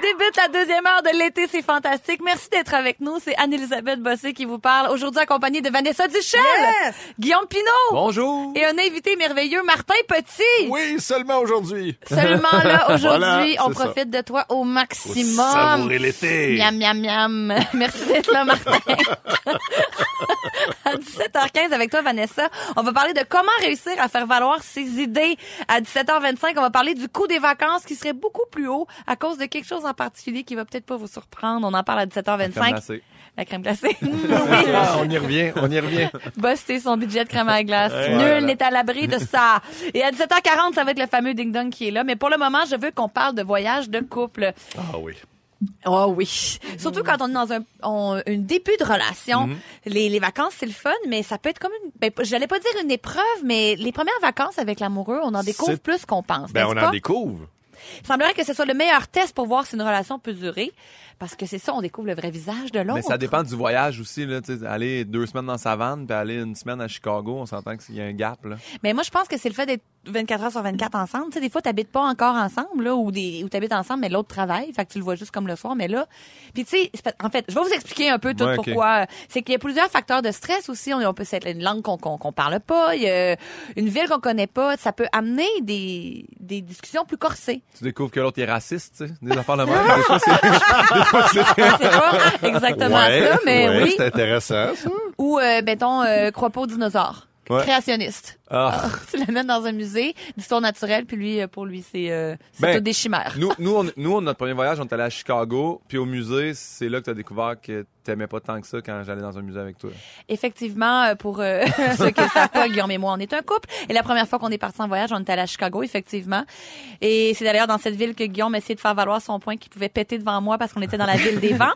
Débute la deuxième heure de l'été, c'est fantastique. Merci d'être avec nous. C'est Anne-Elisabeth Bossé qui vous parle. Aujourd'hui accompagnée de Vanessa Duchel, Yes! Guillaume Pinot Bonjour. et un invité merveilleux, Martin Petit. Oui, seulement aujourd'hui. Seulement là, Voilà, aujourd'hui, on c'est ça. profite de toi au maximum. Savourer l'été. Miam, miam, miam. Merci d'être là, Martin. à 17h15 avec toi, Vanessa, on va parler de comment réussir à faire valoir ses idées. À 17h25, on va parler du coût des vacances qui serait beaucoup plus haut à cause de quelque chose en particulier qui va peut-être pas vous surprendre. On en parle à 17h25. crème glacée. La crème glacée. Ah, on y revient, on y revient. Buster son budget de crème à glace. Nul voilà. n'est à l'abri de ça. Et à 17h40, ça va être le fameux ding-dong qui est là. Mais pour le moment, je veux qu'on parle de voyage de couple. Ah oui. Oh oui. Surtout quand on est dans un, on- un début de relation. Mhm. les, les vacances, c'est le fun, mais ça peut être comme une... Ben, J'allais pas dire une épreuve, mais les premières vacances avec l'amoureux, on en découvre C'est- plus qu'on pense. Ben, n'est-ce on pas? en découvre. Il semblerait que ce soit le meilleur test pour voir si une relation peut durer. Parce que c'est ça, on découvre le vrai visage de l'autre. Mais ça dépend du voyage aussi. Là, tu sais, aller deux semaines dans Savane puis aller une semaine à Chicago, on s'entend qu'il y a un gap. Là. Mais moi, je pense que c'est le fait d'être 24 heures sur 24 ensemble. Tu sais, des fois, t'habites pas encore ensemble, là, ou, des, ou t'habites ensemble, mais l'autre travaille. Fait que tu le vois juste comme le soir, mais là. Puis, tu sais, c'est pas- en fait, je vais vous expliquer un peu tout Ouais, ok. pourquoi. Euh, C'est qu'il y a plusieurs facteurs de stress aussi. On, on peut c'est une langue qu'on qu'on qu'on parle pas, il y a une ville qu'on connaît pas. Ça peut amener des, des discussions plus corsées. Tu découvres que l'autre est raciste, tu sais, des affaires de même. Des fois, c'est- C'est pas exactement Ouais, ça, mais ouais, oui. C'est intéressant, ça. Ou, euh, mettons, euh, crois pas aux dinosaures. Ouais. Créationniste. Ah. tu l'amènes dans un musée d'histoire naturelle, puis lui, euh, pour lui, c'est euh, c'est Ben, tout des chimères. Nous, nous, on, nous, on- notre premier voyage, on est allé à Chicago, puis au musée, c'est là que tu as découvert que t'aimais pas tant que ça quand j'allais dans un musée avec toi. Effectivement, euh, pour euh, ceux qui ne savent pas, Guillaume et moi, on est un couple. Et la première fois qu'on est parti en voyage, on était allé à Chicago, effectivement. Et c'est d'ailleurs dans cette ville que Guillaume essayait de faire valoir son point qu'il pouvait péter devant moi parce qu'on était dans la ville des vents.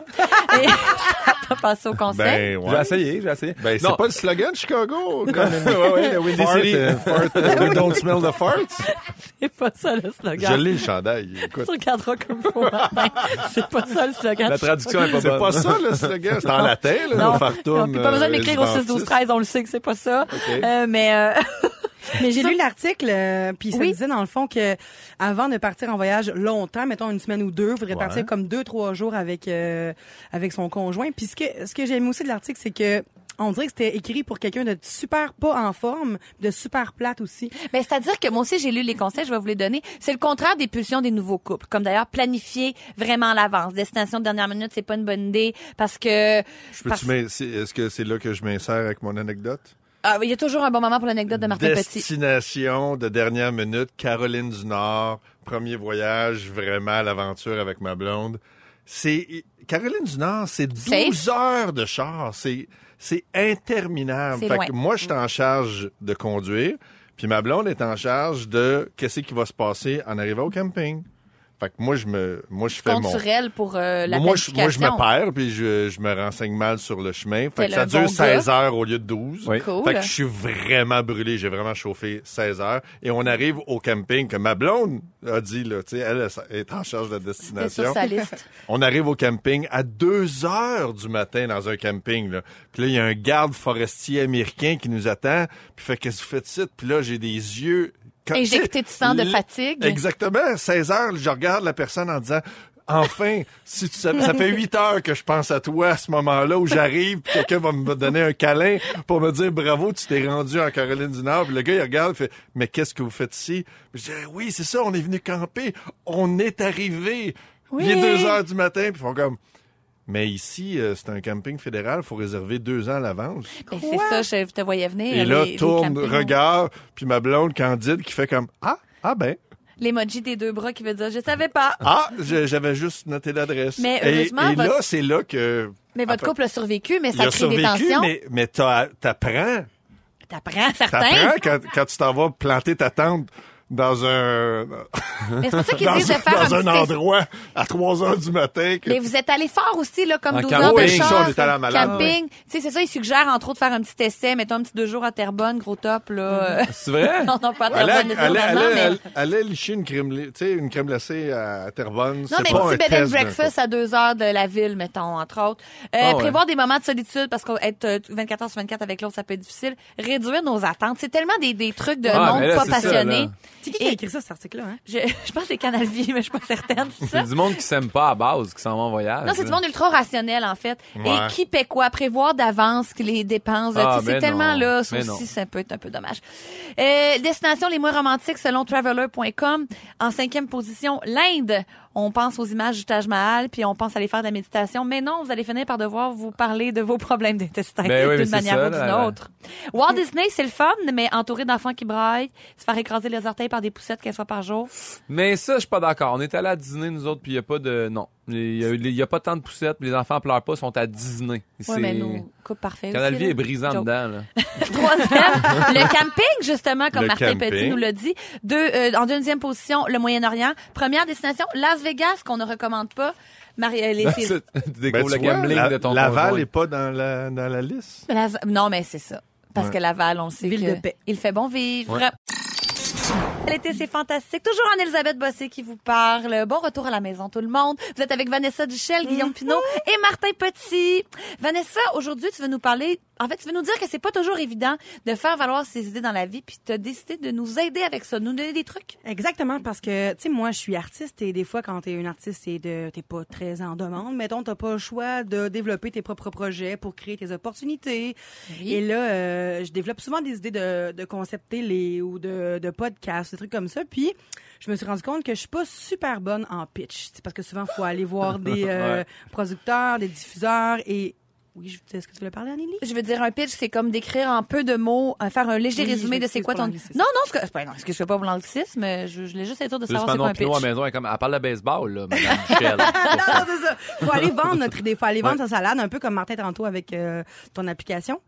Et ça n'a pas passé au conseil. Ben, J'ai ouais. essayé, j'ai essayé. Ben, Non. c'est pas le slogan de Chicago. Comme Ouais, ouais, le Windy fart, City. euh, fart, euh, we don't smell the farts. C'est pas ça le slogan. Je l'ai, le chandail. Écoute. Tu regarderas comme faut matin. C'est pas ça le slogan. La traduction est pas C'est bonne. pas ça, le slogan. C'est en latin, là, Non, le non, fartum. puis pas besoin euh, d'écrire au 6 12 13, on le sait que c'est pas ça. Euh, mais euh, Mais j'ai lu l'article, euh, puis ça Oui. disait dans le fond que avant de partir en voyage longtemps, mettons une semaine ou deux, faudrait partir comme deux trois jours avec euh, avec son conjoint. Puis ce que ce que j'aime aussi de l'article, c'est que on dirait que c'était écrit pour quelqu'un de super pas en forme, de super plate aussi. Ben, c'est-à-dire que moi aussi, j'ai lu les conseils, je vais vous les donner. C'est le contraire des pulsions des nouveaux couples. Comme d'ailleurs, planifier vraiment à l'avance. Destination de dernière minute, c'est pas une bonne idée parce que... Je peux parce- tu m'in- c'est- Est-ce que c'est là que je m'insère avec mon anecdote? Ah, il y a toujours un bon moment pour l'anecdote de Martin Petit. Destination de dernière minute, Caroline du Nord, premier voyage vraiment à l'aventure avec ma blonde. C'est Caroline du Nord, c'est 12 Safe. heures de char, c'est c'est interminable. C'est Fait loin. que moi je suis en charge de conduire, puis ma blonde est en charge de qu'est-ce qui va se passer en arrivant au camping. Fait que moi je me moi je fais mon Culturel pour euh, la moi, je, moi, je me planification. perds, puis je, je me renseigne mal sur le chemin. T'es Fait que ça le dure bon 16 heures au lieu de 12. Oui. Cool. Fait que je suis vraiment brûlé. J'ai vraiment chauffé 16 heures. Et on arrive au camping que ma blonde a dit, là, tu sais, elle elle est en charge de la C'est sur destination. sa liste. On arrive au camping à 2 heures du matin dans un camping. Là. Puis là, il y a un garde forestier américain qui nous attend. Puis fait, qu'est-ce que vous faites ici? Puis là, j'ai des yeux... quand- tu sais, Injecté de sang de l- fatigue. Exactement. 16 heures, je regarde la personne en disant... Enfin, si tu savais, ça fait 8 heures que je pense à toi à ce moment-là où j'arrive, puis quelqu'un va me donner un câlin pour me dire bravo, tu t'es rendu en Caroline du Nord. Puis le gars, il regarde, il fait mais qu'est-ce que vous faites ici Puis Je dis Eh oui, c'est ça, on est venu camper, on est arrivé. Il est Oui. 2 heures du matin, puis ils font comme mais ici, euh, c'est un camping fédéral, faut réserver deux ans à l'avance. Ben, c'est ça, je te voyais venir. Et là, les- les tourne, campings. regarde, puis ma blonde Candide qui fait comme Ah, ah ben, L'emoji des deux bras qui veut dire « je savais pas ah, je- j'avais juste noté l'adresse. Mais Et- heureusement, et, là, votre- c'est là que. ». Mais votre couple a survécu, mais il ça a crée des survécu, tensions. mais, mais t'as- t'apprends. T'apprends certains. T'apprends quand, quand tu t'en vas planter ta tente dans un, Mais c'est pour ça qu'ils dans, disent de un, faire dans un, un petit festi- endroit à 3 heures du matin. que- Mais vous êtes allé fort aussi, là, comme En 12 heures de camping, char. ça, on est allé en malade, camping. Tu sais, c'est ça, ils suggèrent, entre autres, faire un petit essai, mettons un petit deux jours à Terrebonne, gros top, là. C'est vrai? non, non, pas à Allez, Terrebonne, allez- nécessairement, allez- mais- allez- allez licher une crème, la- tu sais, une crème glacée à Terrebonne. Non, c'est mais pas un petit bed and test d'un breakfast à deux heures de la ville, mettons, entre autres. Euh, Ah ouais. Prévoir des moments de solitude parce qu'être euh, 24 heures sur 24 avec l'autre, ça peut être difficile. Réduire nos attentes. C'est tellement des, des trucs de Ah, monde mais là, pas c'est ça, passionné. là. C'est qui qui a écrit ça, cet article-là? Hein? je, je pense que c'est Canal Vie, mais je suis pas certaine. c'est ça? C'est du monde qui s'aime pas à base, qui s'en va en voyage. Non, c'est du là. monde ultra rationnel, en fait. Ouais. Et qui paie quoi? Prévoir d'avance que les dépenses. Ah, tu sais, c'est mais tellement non. là. Ça Mais non. aussi, ça peut être un peu dommage. Euh, destination les moins romantiques selon traveler.com. En cinquième position, l'Inde. On pense aux images du Taj Mahal, puis on pense aller faire de la méditation. Mais non, vous allez finir par devoir vous parler de vos problèmes d'intestin Ben oui, mais d'une c'est manière ça, ou d'une là. autre. Walt Disney, c'est le fun, mais entouré d'enfants qui braillent, se faire écraser les orteils par des poussettes qu'elles fois par jour. Mais ça, je suis pas d'accord. On est allé à Disney, nous autres, puis il n'y a pas de. Non. Il y a, il y a pas tant de poussettes, puis les enfants pleurent pas, ils sont à Disney. Ouais, mais nous, coupe parfait. Canal aussi, Vie là. est brisant Joke. dedans, là. Troisième, le camping, justement, comme Le Martin camping. Petit nous l'a dit. Deux, euh, en deuxième position, le Moyen-Orient. Première destination, Las Vegas, qu'on ne recommande pas. Marie, euh, les- c'est- tu Ben, découvres tu le vois, gambling la- de ton Laval conjoint. n'est pas dans la, dans la liste. Las- Non, mais c'est ça. Parce que Laval, on le sait Ville que de paix. il fait bon vivre. Ouais. L'été, c'est fantastique. Toujours Anne-Elisabeth Bossé qui vous parle. Bon retour à la maison, tout le monde. Vous êtes avec Vanessa Duchel, Guillaume Pinot et Martin Petit. Vanessa, aujourd'hui, tu veux nous parler... En fait, tu veux nous dire que c'est pas toujours évident de faire valoir ses idées dans la vie, puis tu as décidé de nous aider avec ça, de nous donner des trucs. Exactement, parce que, tu sais, moi, je suis artiste et des fois, quand t'es une artiste, t'es, de, t'es pas très en demande. Mettons, t'as pas le choix de développer tes propres projets pour créer tes opportunités. Oui. Et là, euh, je développe souvent des idées de, de concept télé ou de, de podcast, des trucs comme ça. Puis, je me suis rendu compte que je suis pas super bonne en pitch. C'est parce que souvent, faut aller voir des euh, producteurs, des diffuseurs et... Oui, je est-ce que tu voulais parler, Anneli? Je veux dire, un pitch, c'est comme d'écrire en peu de mots, euh, faire un léger Oui, je résumé de c'est m'excuse quoi pour ton... Non, l'anglicisme. non, ce que... c'est pas- non, excuse moi pas pour l'anglicisme, mais je, je voulais juste être sûre de Juste savoir c'est pendant quoi un que Pinot à la pitch. maison, elle, est comme, elle parle de baseball, là, Madame Michel. non, non, c'est ça. Faut aller vendre notre idée, faut aller vendre sa salade, un peu comme Martin tantôt avec euh, ton application.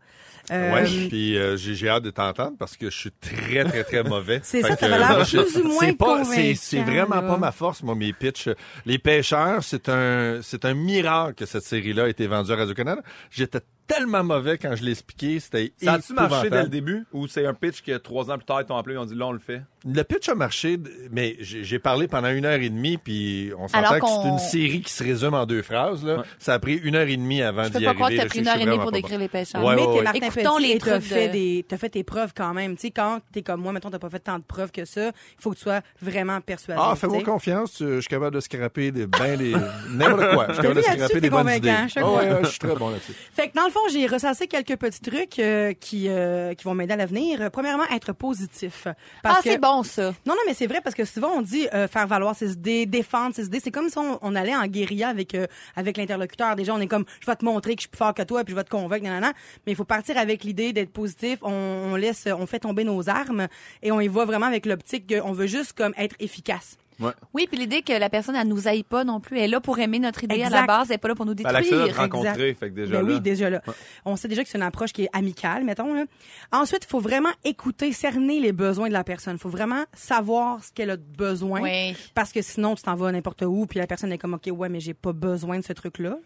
Euh, Ouais, puis euh, j'ai j'ai hâte de t'entendre parce que je suis très, très, très mauvais. C'est Fait ça, que, t'avais l'air euh, plus ou moins c'est pas- C'est convaincant, c'est vraiment là. pas ma force, moi, mes pitchs. Les pêcheurs, c'est un, c'est un miracle que cette série-là a été vendue à Radio-Canada. J'étais tellement mauvais quand je l'ai expliqué, c'était Ça a-tu marché dès le épouvantable. début ou c'est un pitch que trois ans plus tard, ils t'ont appelé et ils ont dit là, on le fait? Le pitch a marché, mais j'ai j'ai parlé pendant une heure et demie, puis on Alors s'entend que c'est qu'on- une série qui se résume en deux phrases. Là. Ouais. Ça a pris une heure et demie avant Je peux d'y pas arriver. croire que là. t'as Je- pris une je heure suis et demie vraiment pour pas décrire les pêcheurs. Ouais, mais ouais, t'es ouais. Martin Écoutons Petit les et t'as trucs de- fait, des, t'as fait tes preuves quand même. Tu sais, quand t'es comme moi, mettons, t'as pas fait tant de preuves que ça, il faut que tu sois vraiment persuadé. Ah, fais-moi confiance, tu- je suis capable de scraper des, ben des, n'importe quoi. Je suis capable de T'as vu, scraper là-dessus, des t'es bonnes convaincant, idées. à chaque Ah ouais, fois. ouais, je suis très bon là-dessus. Fait que dans le fond, j'ai recensé quelques petits trucs euh, qui, euh, qui vont m'aider à l'avenir. Euh, Premièrement, être positif. Parce Ah, que- c'est bon, ça. Non, non, mais c'est vrai parce que souvent on dit euh, faire valoir ses idées, défendre ses idées. C'est comme si on, on allait en guérilla avec euh, avec l'interlocuteur. Déjà, on est comme je vais te montrer que je suis plus fort que toi, puis je vais te convaincre, nanana. Mais il faut partir avec l'idée d'être positif. On, on laisse, on fait tomber nos armes et on y va vraiment avec l'optique qu'on veut juste comme être efficace. Oui, puis l'idée que la personne, elle nous aille pas non plus, elle est là pour aimer notre idée à la Exact. base, elle est pas là pour nous Ben, elle accepte de te détruire. rencontrer, Exact. fait que déjà Ben là. oui, déjà là. On sait déjà que c'est une approche qui est amicale, mettons. Là. Ensuite, il faut vraiment écouter, cerner les besoins de la personne. Il faut vraiment savoir ce qu'elle a de besoin. Oui. Parce que sinon, tu t'en vas n'importe où, puis la personne est comme, OK, ouais, mais j'ai pas besoin de ce truc-là.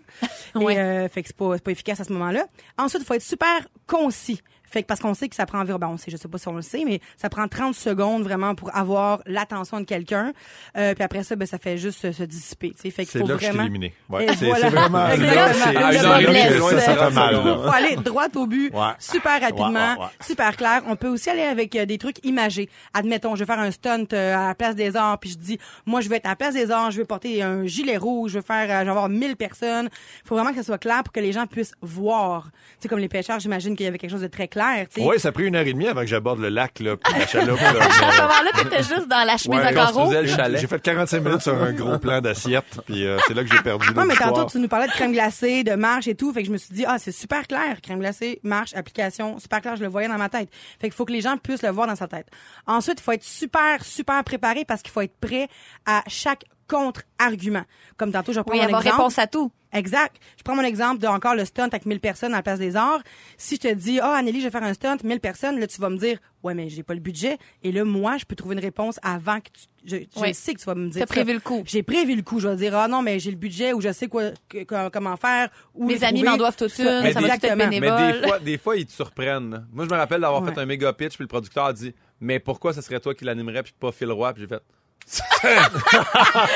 Ouais. Et, euh, fait que c'est pas, c'est pas efficace à ce moment-là. Ensuite, il faut être super concis. Fait que parce qu'on sait que ça prend environ, ben on sait, je sais pas si on le sait, mais ça prend 30 secondes vraiment pour avoir l'attention de quelqu'un. Euh, puis après ça, ben ça fait juste se, se dissiper. tu sais. Fait qu'il C'est faut là que je suis vraiment. éliminé. Ouais, Et c'est voilà. c'est vraiment là que Exactement. c'est- Ah, c'est une heure et là demie, que c'est loin, ça ça fait mal. va. là. faut aller droit au but, Ouais. super rapidement, Ouais, ouais, ouais. super clair. On peut aussi aller avec euh, des trucs imagés. Admettons, je vais faire un stunt euh, à la place des arts, puis je dis, moi, je vais être à la place des arts, je vais porter un gilet rouge, je vais faire, euh, je vais avoir 1000 personnes. faut vraiment que ça soit clair pour que les gens puissent voir. Tu sais, comme les pêcheurs, j'imagine qu'il y avait quelque chose de très clair, tu sais. Ouais, ça a pris une heure et demie avant que j'aborde le lac, là, puis la chaloupe. là, À ce mais- moment-là, t'étais juste dans la chemise Ouais, à quand tu carreaux. faisais le chalet. J'ai fait 45 minutes sur un gros plan d'assiette, puis euh, c'est là que j'ai perdu Ah Non, mais tantôt, l'auditoire. tu nous parlais de crème glacée, de marche et tout. Fait que je me suis dit, ah, c'est super clair. Crème glacée, marche, application, super clair. Je le voyais dans ma tête. Fait qu'il faut que les gens puissent le voir dans sa tête. Ensuite, il faut être super, super préparé parce qu'il faut être prêt à chaque contre-argument. Comme tantôt, je prends Oui, mon avoir exemple. réponse à tout. Exact. Je prends mon exemple de encore le stunt avec 1000 personnes à la place des arts. Si je te dis, ah, Anneli, je vais faire un stunt, 1000 personnes, là, tu vas me dire, ouais, mais j'ai pas le budget. Et là, moi, je peux trouver une réponse avant que tu, je, je Oui. sais que tu vas me dire. T'as ça. prévu le coup. J'ai prévu le coup. Je vais dire, ah, non, mais j'ai le budget ou je sais quoi, que- que- comment faire. Ou Mes le amis trouver. m'en doivent toutes une, ça va tout être Exactement. bénéfique. Mais bénévole. des fois, des fois, ils te surprennent. là. Moi, je me rappelle d'avoir Ouais. fait un méga pitch, puis le producteur a dit Mais pourquoi ce serait toi qui l'animerais, puis pas Phil Roy Puis j'ai fait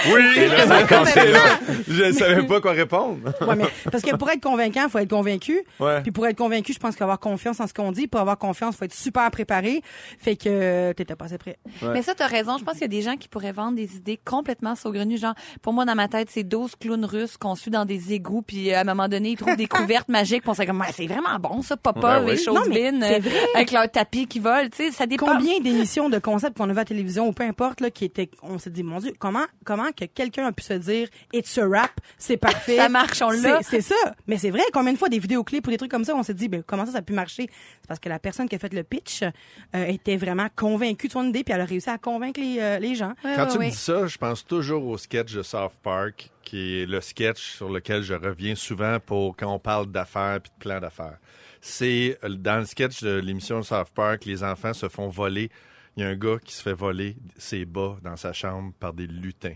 Oui Et là, ça a commencé là. Je savais pas quoi répondre. Ouais, mais- parce que pour être convaincant, faut être convaincu. Ouais. Puis pour être convaincu, je pense qu'il faut avoir confiance en ce qu'on dit. Pour avoir confiance, faut être super préparé. Fait que euh, t'étais pas assez prêt. Ouais. Mais ça, t'as raison. Je pense qu'il y a des gens qui pourraient vendre des idées complètement saugrenues. Genre, pour moi, dans ma tête, c'est 12 clowns russes conçus dans des égouts, puis euh, à un moment donné, ils trouvent des couvertes magiques, puis on s'est comme, Ouais, c'est vraiment bon, ça, Popov Ben oui. et Non, mais Chauvin, c'est euh, vrai. avec leur tapis qui vole, tu sais, ça dépend. Combien d'émissions de concepts qu'on avait à la télévision ou peu importe là, qui étaient, on s'est dit mon Dieu, comment comment que quelqu'un a pu se dire it's a rap, c'est parfait, Ça marche, on l'a. C'est c'est ça, mais c'est vrai. Combien de fois des vidéoclips ou des trucs comme ça, on s'est dit ben comment ça ça a pu marcher C'est parce que la personne qui a fait le pitch euh, était vraiment convaincue de son idée puis elle a réussi à convaincre les, euh, les gens. Ouais, Quand ouais, tu ouais. me dis ça, je pense toujours au sketch de South Park, qui est le sketch sur lequel je reviens souvent pour quand on parle d'affaires puis de plans d'affaires. C'est euh, dans le sketch de l'émission de South Park, les enfants se font voler. Il y a un gars qui se fait voler ses bas dans sa chambre par des lutins.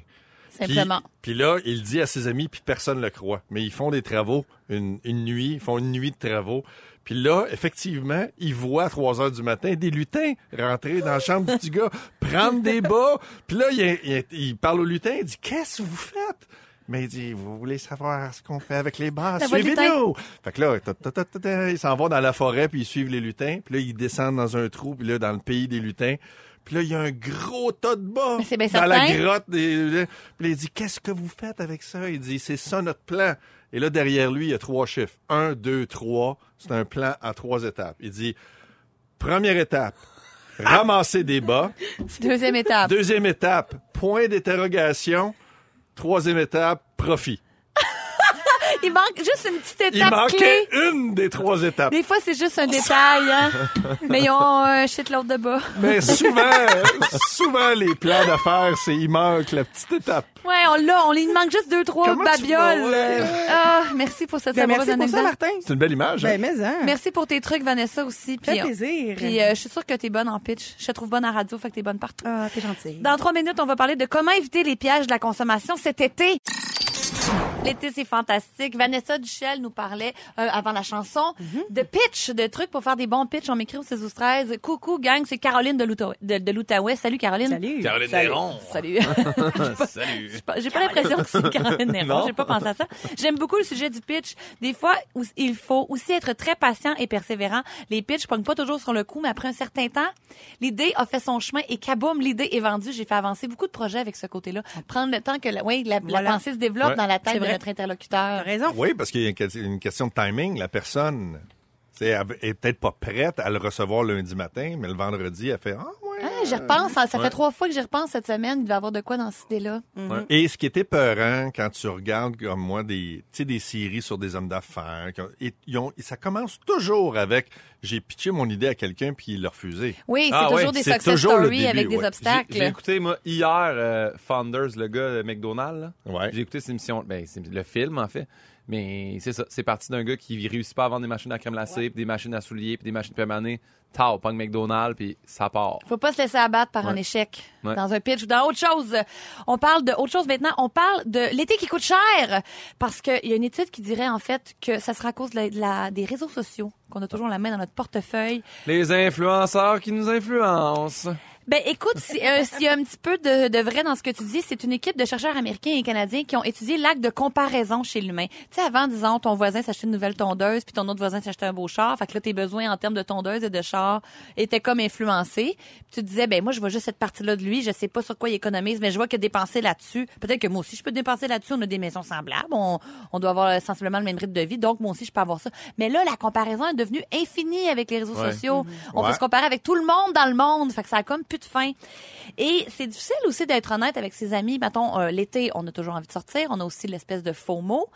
Puis- Simplement. Puis là, il dit à ses amis, puis personne le croit. Mais ils font des travaux, une, une nuit, ils font une nuit de travaux. Puis là, effectivement, il voit à 3 heures du matin des lutins rentrer dans la chambre du petit gars, prendre des bas. Puis là, il, il- il parle aux lutins, il dit « Qu'est-ce que vous faites? » Mais il dit, vous voulez savoir ce qu'on fait avec les bas? Ça va, Suivez-nous! Fait que là, ta, ta, ta, ta, ta, ils s'en vont dans la forêt, puis ils suivent les lutins. Puis là, ils descendent dans un trou, puis là, dans le pays des lutins. Puis là, il y a un gros tas de bas Mais c'est bien dans la certain. grotte. Des... Puis là, il dit, qu'est-ce que vous faites avec ça? Il dit, c'est ça notre plan. Et là, derrière lui, il y a trois chiffres. Un, deux, trois. C'est un plan à trois étapes. Il dit, première étape, Ah! ramasser des bas. Deuxième étape. Deuxième étape, point d'interrogation. Troisième étape, profit. Il manque juste une petite Il étape clé. manquait une des trois étapes. Des fois, c'est juste un détail, hein. Mais ils ont un shit l'autre de bas. Mais souvent, euh, souvent, les plans d'affaires, c'est il manque la petite étape. Ouais, on l'a. On il manque juste deux, trois Comment tu babioles. vas, ouais. Euh, Ah, merci pour cette Ben, savoureuse merci pour ça anecdote. Martin. C'est une belle image. hein? Ben mais hein. Merci pour tes trucs, Vanessa, aussi. Fait Puis, plaisir. Puis euh, je suis sûre que t'es bonne en pitch. Je te trouve bonne à radio, fait que t'es bonne partout. Ah, t'es gentil. Dans trois minutes, on va parler de comment éviter les pièges de la consommation cet été. L'été, c'est fantastique. Vanessa Duchel nous parlait euh, avant la chanson de pitch, de trucs pour faire des bons pitchs. On m'écrit au 16 12 13. Coucou, gang, c'est Caroline de l'Outaouais. de- de l'Outaouais. Salut, Caroline. Salut. Caroline Salut. Néron. Salut. Salut. J'ai pas- J'ai pas l'impression que c'est Caroline Néron. Non. J'ai pas pensé à ça. J'aime beaucoup le sujet du pitch. Des fois, où- il faut aussi être très patient et persévérant. Les pitchs pognent pas toujours sur le coup, mais après un certain temps, l'idée a fait son chemin et kaboum, l'idée est vendue. J'ai fait avancer beaucoup de projets avec ce côté-là. Prendre le temps que la, oui, la, la Voilà. pensée se développe Ouais. dans la tête C'est de vrai. notre interlocuteur. T'as raison. Oui, parce qu'il y a une que- une question de timing. La personne tu sais, elle est peut-être pas prête à le recevoir lundi matin, mais le vendredi, elle fait Ah, ouais. Ah, j'y repense. Ça fait trois fois que j'y repense cette semaine. Il devait y avoir de quoi dans cette idée-là. Et ce qui était peurant quand tu regardes, comme moi, des, tu sais, des séries sur des hommes d'affaires, qui ont- et- ils ont- et ça commence toujours avec J'ai pitché mon idée à quelqu'un puis il l'a refusé. Oui, c'est Ah toujours ouais, des c'est success toujours le stories début, avec des ouais. J'ai- J'ai- J'ai obstacles. écouté, moi, hier, euh, Founders, le gars de McDonald's. là. Ouais. J'ai écouté cette émission, ben, c'est le film, en fait. Mais c'est ça, c'est parti d'un gars qui réussit pas à vendre des machines à crème glacée, puis des machines à souliers, puis des machines de pemaner. Tao, punk McDonald's, puis ça part. Faut pas se laisser abattre par un Ouais. échec Ouais. dans un pitch ou dans autre chose. On parle de autre chose maintenant. On parle de l'été qui coûte cher parce qu'il y a une étude qui dirait en fait que ça sera à cause de la- de la- des réseaux sociaux qu'on a toujours la main dans notre portefeuille. Les influenceurs qui nous influencent. Ben écoute, si- euh, s'il y a un petit peu de, de vrai dans ce que tu dis, c'est une équipe de chercheurs américains et canadiens qui ont étudié l'acte de comparaison chez l'humain. Tu sais, avant, disons, ton voisin s'achetait une nouvelle tondeuse, puis ton autre voisin s'achetait un beau char. Fait que là, tes besoins en termes de tondeuse et de char étaient comme influencés. Puis tu te disais, ben moi, je vois juste cette partie-là de lui, je sais pas sur quoi il économise, mais je vois que dépenser là-dessus, peut-être que moi aussi, je peux dépenser là-dessus. On a des maisons semblables, on, on doit avoir sensiblement le même rythme de vie, donc moi aussi, je peux avoir ça. Mais là, la comparaison est devenue infinie avec les réseaux Ouais. sociaux. On peut Ouais. se comparer avec tout le monde dans le monde. Fait que ça a comme plus de fin. Et c'est difficile aussi d'être honnête avec ses amis. Mettons, euh, l'été, on a toujours envie de sortir. On a aussi l'espèce de faux mot.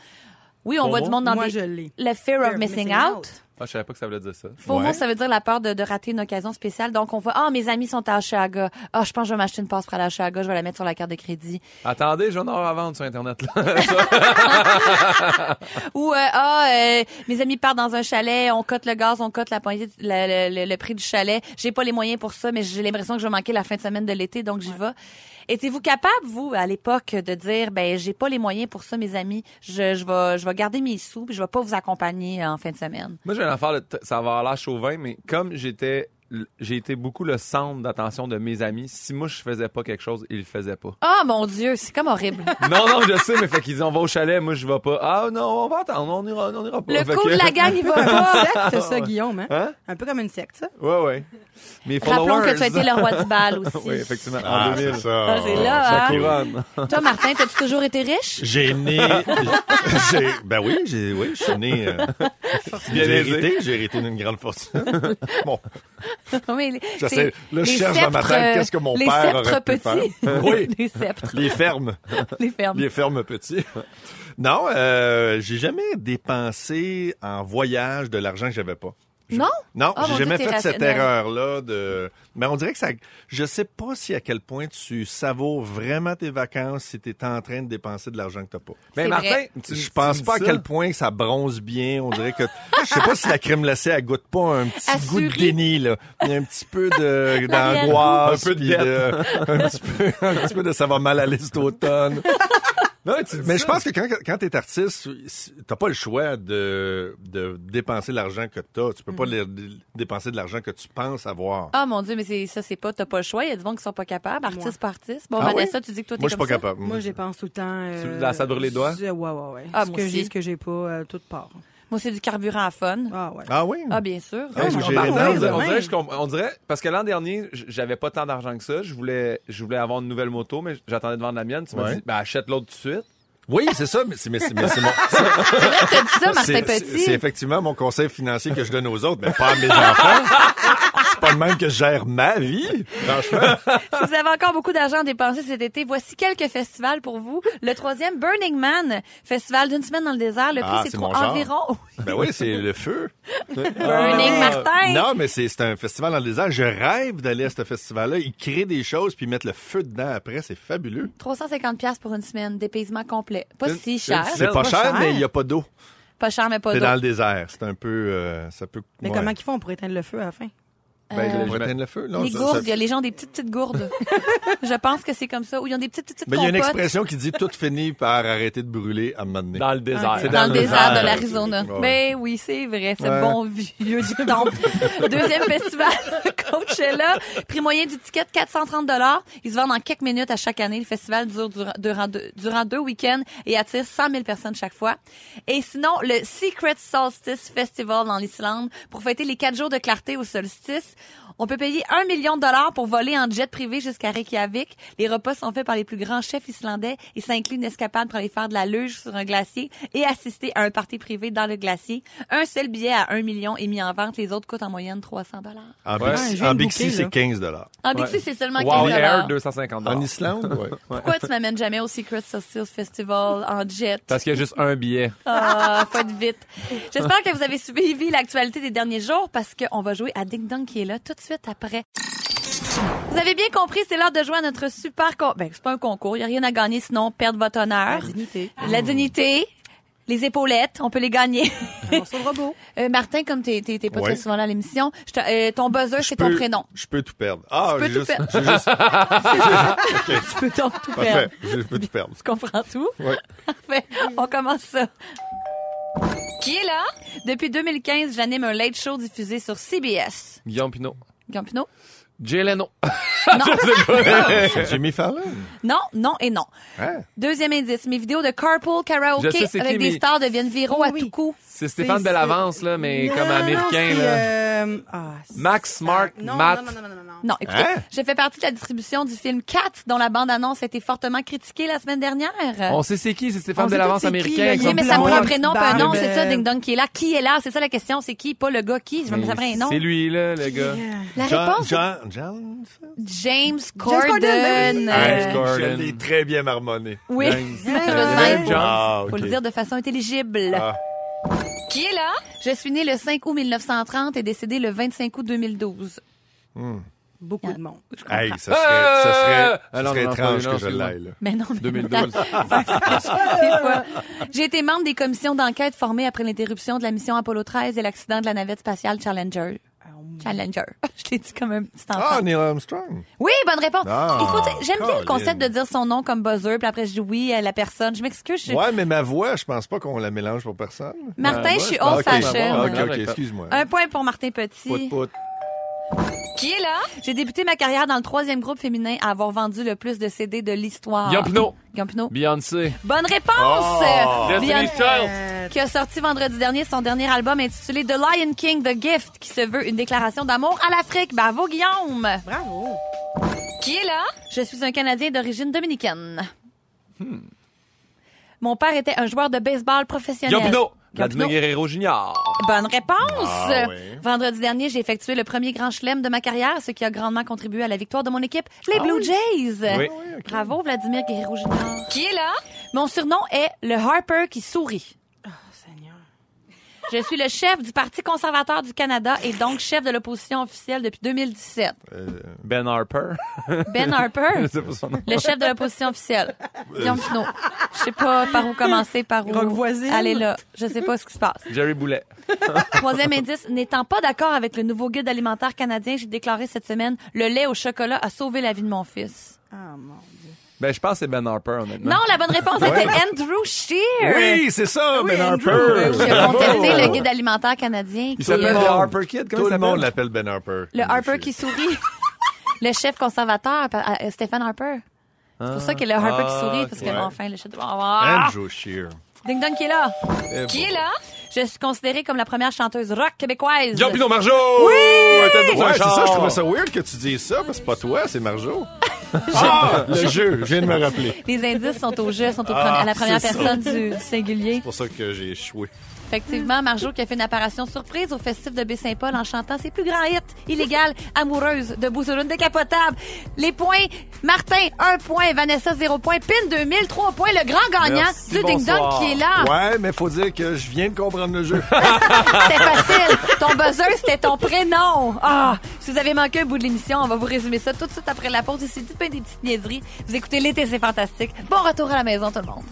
Oui, on voit FOMO? du monde dans Moi des- je l'ai. le fear, of missing, out. Ah, je savais pas que ça voulait dire ça. FOMO, Ouais. ça veut dire la peur de, de rater une occasion spéciale. Donc, on voit, ah, mes amis sont à Oshaga. Ah, je pense que je vais m'acheter une passe pour aller à Oshaga. Je vais la mettre sur la carte de crédit. Attendez, j'en ai à vendre sur Internet. Là. Ou, euh, ah, euh, mes amis partent dans un chalet. On cote le gaz, on cote la poignée, la- le- le- le prix du chalet. J'ai pas les moyens pour ça, mais j'ai l'impression que je vais manquer la fin de semaine de l'été, donc j'y vais. Étiez-vous capable, vous, à l'époque, de dire, ben, j'ai pas les moyens pour ça, mes amis. Je, je vais, je vais garder mes sous, puis je vais pas vous accompagner en fin de semaine. Moi, j'ai une affaire, de t- ça va avoir l'air chauvin, mais comme j'étais, l- j'ai été beaucoup le centre d'attention de mes amis, si moi, je faisais pas quelque chose, ils le faisaient pas. Ah, mon Dieu, c'est comme horrible. non, non, je sais, mais fait qu'ils disent, on va au chalet, moi, je vais pas. Ah, non, on va attendre, on ira, on ira pas. Le Fait coup que- de la gang, il va pas. secte, ça, Guillaume, hein? Hein? Un peu comme une secte, ça. Ouais, ouais. Mes Rappelons followers. que tu as été le roi du bal aussi. oui, effectivement, en Ah, c'est 2000. ça. Ah, c'est là, Ça hein? court. Iron. Toi, Martin, t'as-tu toujours été riche? J'ai né. j'ai- ben oui, j'ai, oui, je suis né. euh, Bien j'ai aisé. hérité, j'ai hérité d'une grande fortune. bon, Non, mais les- Je c'est- sais, là, je les cherche dans ma sceptres, tête euh, qu'est-ce que mon les père sceptres aurait pu petits. faire. Oui. les sceptres, les fermes, les fermes. les fermes petits. Non, euh, j'ai jamais dépensé en voyage de l'argent que j'avais pas. Non? Non, Ah, mon j'ai jamais Dieu, t'es fait cette rationnel. erreur-là de. Mais on dirait que ça. Je sais pas si à quel point tu savoures vraiment tes vacances si t'es en train de dépenser de l'argent que t'as pas. Mais C'est Martin, vrai. tu, je tu pense me pas à dis ça. quel point ça bronze bien. On dirait que je sais pas si la crème glacée elle goûte pas un petit Assurée. goût de déni là. Il y a un petit peu de L'arrière-goût. d'angoisse, Un peu de puis dette. un petit peu, un petit peu de ça va mal aller cet automne. Non, tu dis Mais je ça. pense que quand, quand t'es artiste, t'as pas le choix de, de dépenser l'argent que t'as. Tu peux Mm-hmm. pas le- le- dépenser de l'argent que tu penses avoir. Ah, mon Dieu, mais c'est, ça, c'est pas, t'as pas le choix. Il y a des gens qui sont pas capables, artistes par artistes. Bon, Ah oui? Vanessa, tu dis que toi, t'es Moi, je suis comme pas ça. capable. Moi, j'ai pense tout le temps. euh, Celui de la- ça brûle les doigts? je- Ouais, ouais, ouais. Ah, ce moi que aussi. j'ai, ce que j'ai pas, euh, tout part. Moi, c'est du carburant à fun. Ah, ouais. Ah oui? Ah, bien sûr. Ah, Ah, j'ai- mon Par Ouais, exemple, on ouais, dirait- on ouais. dirait, je comp- on dirait- parce que l'an dernier, j- j'avais pas tant d'argent que ça. Je voulais, je voulais avoir une nouvelle moto, mais j'attendais de vendre la mienne. Tu m'as Ouais. dit, ben, achète l'autre tout de suite. Oui, c'est ça, mais c'est mais c'est- mais c'est mon- T'as dit ça, Ah, Martin C'est- C'est c'est Petit. effectivement mon conseil financier que je donne aux autres, mais pas à mes enfants. C'est pas le même que je gère ma vie, franchement. Si vous avez encore beaucoup d'argent à dépenser cet été, voici quelques festivals pour vous. Le troisième, Burning Man, festival d'une semaine dans le désert. Le prix, Ah, c'est c'est trois- mon genre. environ. Ben oui, c'est le feu. Burning Martin. Non, mais c'est c'est un festival dans le désert. Je rêve d'aller à ce festival-là. Ils créent des choses puis ils mettent le feu dedans après. C'est fabuleux. 350 pièces pour une semaine, dépaysement complet. Pas Une- si Ah, cher. une- C'est pas pas cher, cher. mais il n'y a pas d'eau. Pas cher, mais pas C'est d'eau. dans le désert. C'est un peu... euh, ça peut... Mais ouais. comment qu'ils font pour éteindre le feu à la fin? Ben, On le- pourrait éteindre le feu? Non, Les ça- gourdes, ça- il y a les gens ont des petites petites gourdes. je pense que c'est comme ça. Ou ils ont des petites petites petites Ben, il y a une compotes expression qui dit « tout finit par arrêter de brûler à un moment donné dans le désert. dans, le désert de désert. l'Arizona. Ouais. Ben oui, c'est vrai, c'est Ouais. bon vieux dicton. Deuxième festival Coachella, prix moyen du ticket 430 dollars. Ils se vendent en quelques minutes à chaque année. Le festival dure durant, durant deux, durant deux week-ends et attire 100 000 personnes chaque fois. Et sinon, le Secret Solstice Festival dans l'Islande pour fêter les quatre jours de clarté au solstice. On peut payer un million de dollars pour voler en jet privé jusqu'à Reykjavik. Les repas sont faits par les plus grands chefs islandais et ça inclut une escapade pour aller faire de la luge sur un glacier et assister à un party privé dans le glacier. Un seul billet à un million est mis en vente. Les autres coûtent en moyenne 300 dollars. En Ouais, Bixi- je viens en de Bixi, bouquer, c'est là. 15 En Bixi, c'est seulement 15 Wow Air, dollars. 250 En Islande, oui. Pourquoi tu m'amènes jamais au Secret Solstice Festival en jet? Parce qu'il y a juste un billet. Ah, faut être vite. J'espère que vous avez suivi l'actualité des derniers jours parce qu'on va jouer à Ding Dong qui est là tout de suite après. Vous avez bien compris, c'est l'heure de jouer à notre super concours. Ben, c'est pas un concours, il y a rien à gagner sinon perdre votre honneur. La dignité. La dignité, les épaulettes, on peut les gagner. On sur le robot. Euh, Martin, comme t'es t'es- t'es pas Ouais. très souvent là à l'émission, je te- euh, ton buzzer, c'est ton peux- prénom. Je peux tout perdre. Ah, Tu peux j'ai tout juste, perdre. j'ai juste- Tu peux donc tout Parfait, perdre. je peux tout perdre. Tu comprends tout? Ouais. Parfait. On commence ça. Qui est là? Depuis 2015, j'anime un late show diffusé sur CBS. Guillaume Pinot. Campineau? Jay Leno. Ah, Ah, C'est Jimmy Fallon. Non, non et non. Hein? Deuxième indice, mes vidéos de carpool Je karaoke sais c'est avec qui, des mais- stars deviennent viraux Oui, à oui. tout coup. C'est Stéphane Bellavance, là, mais Non, comme non, américain, c'est, là. euh, ah, c'est- Max, ça- Mark, non, Matt. Non, non, non, non, non, non. Non, écoutez, Hein? j'ai fait partie de la distribution du film Cats, dont la bande-annonce a été fortement critiquée la semaine dernière. On sait c'est qui, c'est On Stéphane sait Bellavance tous c'est qui, américain. là, avec il son Oui, mais petit ça Blanc, nom. prend un prénom, pas un nom, barbe. c'est ça, Ding Dong qui est là. Qui est là? C'est ça la question, c'est qui? Pas le gars qui? Je me ça prend un nom. C'est lui, là, le gars. La John, réponse, c'est John, John. James Corden, Corden. ben oui. Euh, James Corden. Je l'ai très bien harmoné. Oui, James- Heureusement, il faut- James Jones. Ah, faut ok. le dire de façon intelligible. Ah. Qui est là? Je suis née le 5 août 1930 et décédée le 25 août 2012. Beaucoup de monde. Hey, ça Euh, serait, ça serait, ça Ah, non, serait non, non, étrange non, que je excuse-moi. l'aille. là. Mais non, mais 2012. Des fois. J'ai été membre des commissions d'enquête formées après l'interruption de la mission Apollo 13 et l'accident de la navette spatiale Challenger. Challenger. Je l'ai dit comme un petit enfant. Ah, Neil Armstrong. Oui, bonne réponse. Ah, Il faut- J'aime bien le Colin. concept de dire son nom comme buzzer, puis après je dis oui à la personne. Je m'excuse. je- Ouais, mais ma voix, je pense pas qu'on la mélange pour personne. Ah, Martin, Euh, je suis moi, old je pense que fashion. ça va. Ok, ok, excuse-moi. Ah, Un point pour Martin Petit. Pout, pout. Qui est là? J'ai débuté ma carrière dans le troisième groupe féminin à avoir vendu le plus de CD de l'histoire. Guillaume Pinot. Guillaume Pinot. Beyoncé. Bonne réponse! Bien- Oh! Destiny's Child. Euh, qui a sorti vendredi dernier son dernier album intitulé The Lion King, The Gift, qui se veut une déclaration d'amour à l'Afrique. Bravo, Guillaume! Bravo. Qui est là? Je suis un Canadien d'origine dominicaine. Hmm. Mon père était un joueur de baseball professionnel. Guillaume Pinot. Guillaume Vladimir Pinot. Guerrero Junior. Bonne réponse! Ah, ouais. Vendredi dernier, j'ai effectué le premier grand chelem de ma carrière, ce qui a grandement contribué à la victoire de mon équipe, les Blue Jays. Ah Oui. Bravo, Vladimir Guerrero Junior. Qui est là? Mon surnom est le Harper qui sourit. Seigneur. Je suis le chef du Parti conservateur du Canada et donc chef de l'opposition officielle depuis 2017. Ben Harper. Ben Harper, C'est pas son nom. le chef de l'opposition officielle. Guillaume Pinot. Je sais pas par où commencer, par où Rock voisine. Allez là. Je sais pas ce qui se passe. Jerry Boulet. Troisième indice, n'étant pas d'accord avec le nouveau guide alimentaire canadien, j'ai déclaré cette semaine le lait au chocolat a sauvé la vie de mon fils. Ah, mon Dieu. Ben, je pense que c'est Ben Harper, honnêtement. Non, la bonne réponse était Andrew Shear. Oui, c'est ça, Ben Harper. Qui a contesté le guide alimentaire canadien. Il qui- s'appelle le le monde. Harper Kid. Comment Tout il le monde s'appelle? l'appelle Ben Harper. Le Harper qui sourit. le chef conservateur, pa- euh, Stéphane Harper. C'est pour ça qu'il y a le Harper qui sourit, parce que, ouais. enfin, le chef. Ah. Ah, Ah! Andrew Eh, Shear. Ding Dong qui est là. Qui est là? Je suis considérée comme la première chanteuse rock québécoise. Guillaume Pinot Marjo! Ouais, c'est ça, je trouvais ça ça. weird que tu dises ça, parce que c'est pas toi, c'est Marjo. ah, le jeu, je viens de me rappeler. C'est Les indices sont au jeu, sont au Ah, premi- à la première c'est ça. personne du, du singulier. pour ça que j'ai échoué. Effectivement, Marjo qui a fait une apparition surprise au festif de Baie-Saint-Paul en chantant ses plus grands hits illégales, amoureuse, debout sur une décapotable. Les points, Martin, un point, Vanessa, zéro point, Pin, 2000, trois points, le grand gagnant Merci, du Ding Dong bonsoir. qui est Ah! là. Ouais, mais faut dire que je viens de comprendre le jeu. C'était facile. Ton buzzer, c'était ton prénom. Ah, si vous avez manqué un bout de l'émission, on va vous résumer ça tout de suite après la pause. Ici, dites plein des petites niaiseries. Vous écoutez l'été, c'est fantastique. Bon retour à la maison, tout le monde.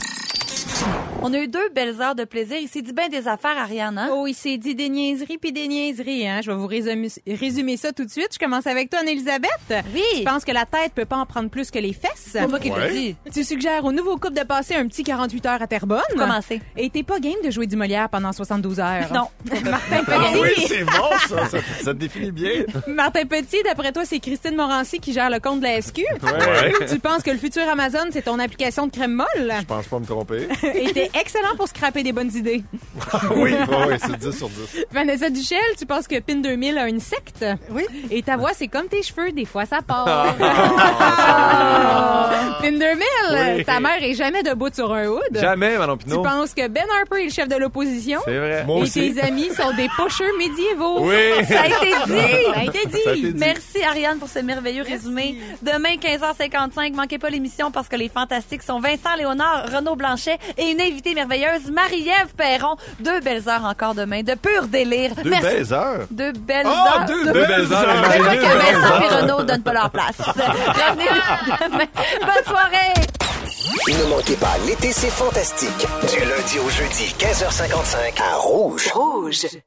On a eu deux belles heures de plaisir. Il s'est dit bien des affaires, Ariane. hein? Oh, il s'est dit des niaiseries puis des niaiseries. Hein? Je vais vous résumer, résumer ça tout de suite. Je commence avec toi, Anne-Elisabeth. Oui. Tu penses que la tête peut pas en prendre plus que les fesses. C'est moi qui l'ai Ouais. dit. Tu suggères au nouveau couple de passer un petit 48 heures à Terrebonne. Commencez. Et t'es pas game de jouer du Molière pendant 72 heures. Non. Martin Ah Petit. oui, c'est bon, ça, ça, ça te définit bien. Martin Petit, d'après toi, c'est Christine Morancy qui gère le compte de la SQ. Ouais. Tu penses que le futur Amazon, c'est ton application de crème molle. Je pense pas me tromper. Et t'es excellent pour scraper des bonnes idées. Ah oui, ouais, ouais, c'est 10 sur 10. Vanessa Duchel, tu penses que PIN 2000 a une secte? Oui. Et ta voix, c'est comme tes cheveux, des fois ça part. Ah. PIN 2000, ta mère est jamais debout sur un hood. Jamais, Manon Tu Pinot. penses que Ben Harper est le chef de l'opposition? C'est vrai. Moi Et aussi. tes amis sont des pocheux médiévaux. Oui. Ça a été dit. Ça a été dit. Ça a été dit. Merci Ariane pour ce merveilleux résumé. Demain 15h55, manquez pas l'émission parce que les fantastiques sont Vincent Léonard, Renaud Blanchet et une invitée merveilleuse Marie-Ève Perron. Deux belles heures encore demain, de pur délire. Deux Merci. baisers. Deux belles Ah, Oh, heures. deux, Deux- belles heures. Je vois imaginez. que Vincent et Renaud donnent pas leur place. Revenez demain. Bonne soirée. Ne manquez pas, l'été, c'est fantastique. Du lundi au jeudi, 15h55, à Rouge. Rouge.